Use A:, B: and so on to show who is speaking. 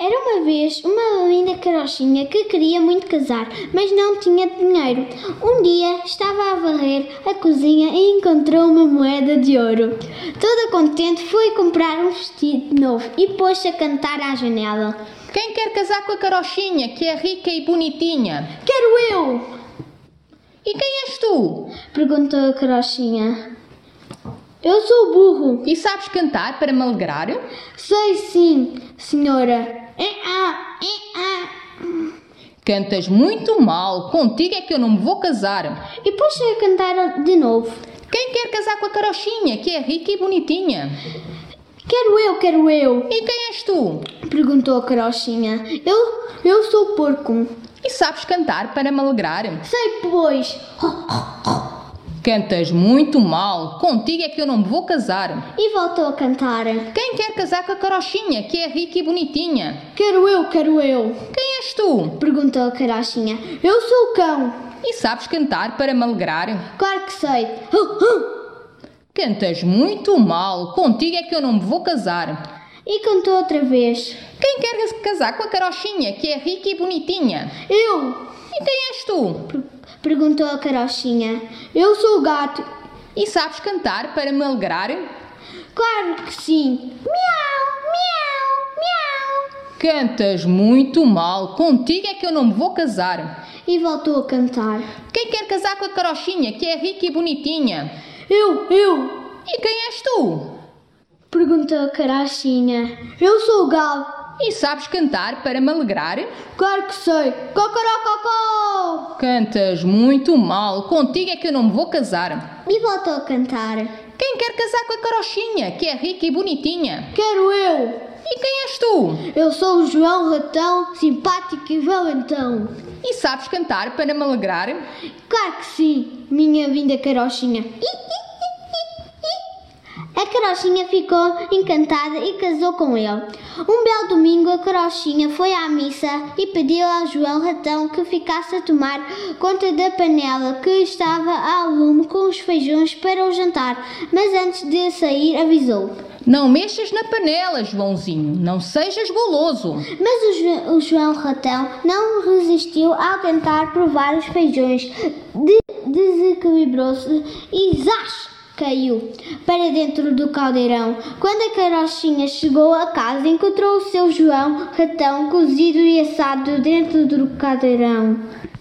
A: uma vez uma linda carochinha que queria muito casar, mas não tinha dinheiro. Um dia estava a varrer a cozinha e encontrou uma moeda de ouro. Toda contente foi comprar um vestido novo e pôs-se a cantar à janela.
B: Quem quer casar com a carochinha, que é rica e bonitinha?
A: Quero eu!
B: E quem és tu?
A: perguntou a carochinha. Eu sou burro.
B: E sabes cantar para me alegrar?
A: Sei sim, senhora. É a, é a.
B: Cantas muito mal, contigo é que eu não me vou casar.
A: E pôs-se a cantar de novo.
B: Quem quer casar com a carochinha, que é rica e bonitinha?
A: Quero eu, quero eu,
B: E quem és tu?
A: perguntou a carochinha. Eu, eu sou porco.
B: E sabes cantar para me alegrar?
A: Sei, pois.
B: Cantas muito mal, contigo é que eu não me vou casar.
A: E voltou a cantar.
B: Quem quer casar com a carochinha, que é rica e bonitinha?
A: Quero eu, quero eu,
B: Quem és tu?
A: perguntou a carochinha. Eu sou o cão.
B: E sabes cantar para me alegrar?
A: Claro que sei.
B: Cantas muito mal, contigo é que eu não me vou casar.
A: E cantou outra vez.
B: Quem quer se casar com a carochinha, que é rica e bonitinha?
A: Eu,
B: E quem és tu?
A: per- perguntou a carochinha. Eu sou o gato.
B: E sabes cantar para me alegrar?
A: Claro que sim. Miau, miau, miau.
B: Cantas muito mal, contigo é que eu não me vou casar.
A: E voltou a cantar.
B: Quem quer casar com a carochinha, que é rica e bonitinha?
A: Eu, eu,
B: E quem és tu?
A: Perguntou a carochinha. Eu sou o galo.
B: E sabes cantar para me alegrar?
A: Claro que sei. Cocorococó!
B: Cantas muito mal, contigo é que eu não me vou casar.
A: E voltou a cantar.
B: Quem quer casar com a carochinha, que é rica e bonitinha?
A: Quero eu.
B: E quem és tu?
A: Eu sou o João Ratão, simpático e valentão.
B: E sabes cantar para me alegrar?
A: Claro que sim, minha vinda carochinha. A carochinha ficou encantada e casou com ele. Um belo domingo, a carochinha foi à missa e pediu ao João Ratão que ficasse a tomar conta da panela que estava ao lume com os feijões para o jantar, mas antes de sair avisou.
B: Não mexas na panela, Joãozinho. Não sejas goloso.
A: Mas o, Jo- o João Ratão não resistiu ao tentar provar os feijões. De- Desequilibrou-se e zás! Caiu para dentro do caldeirão. Quando a carochinha chegou a casa, encontrou o seu João Ratão cozido e assado dentro do caldeirão.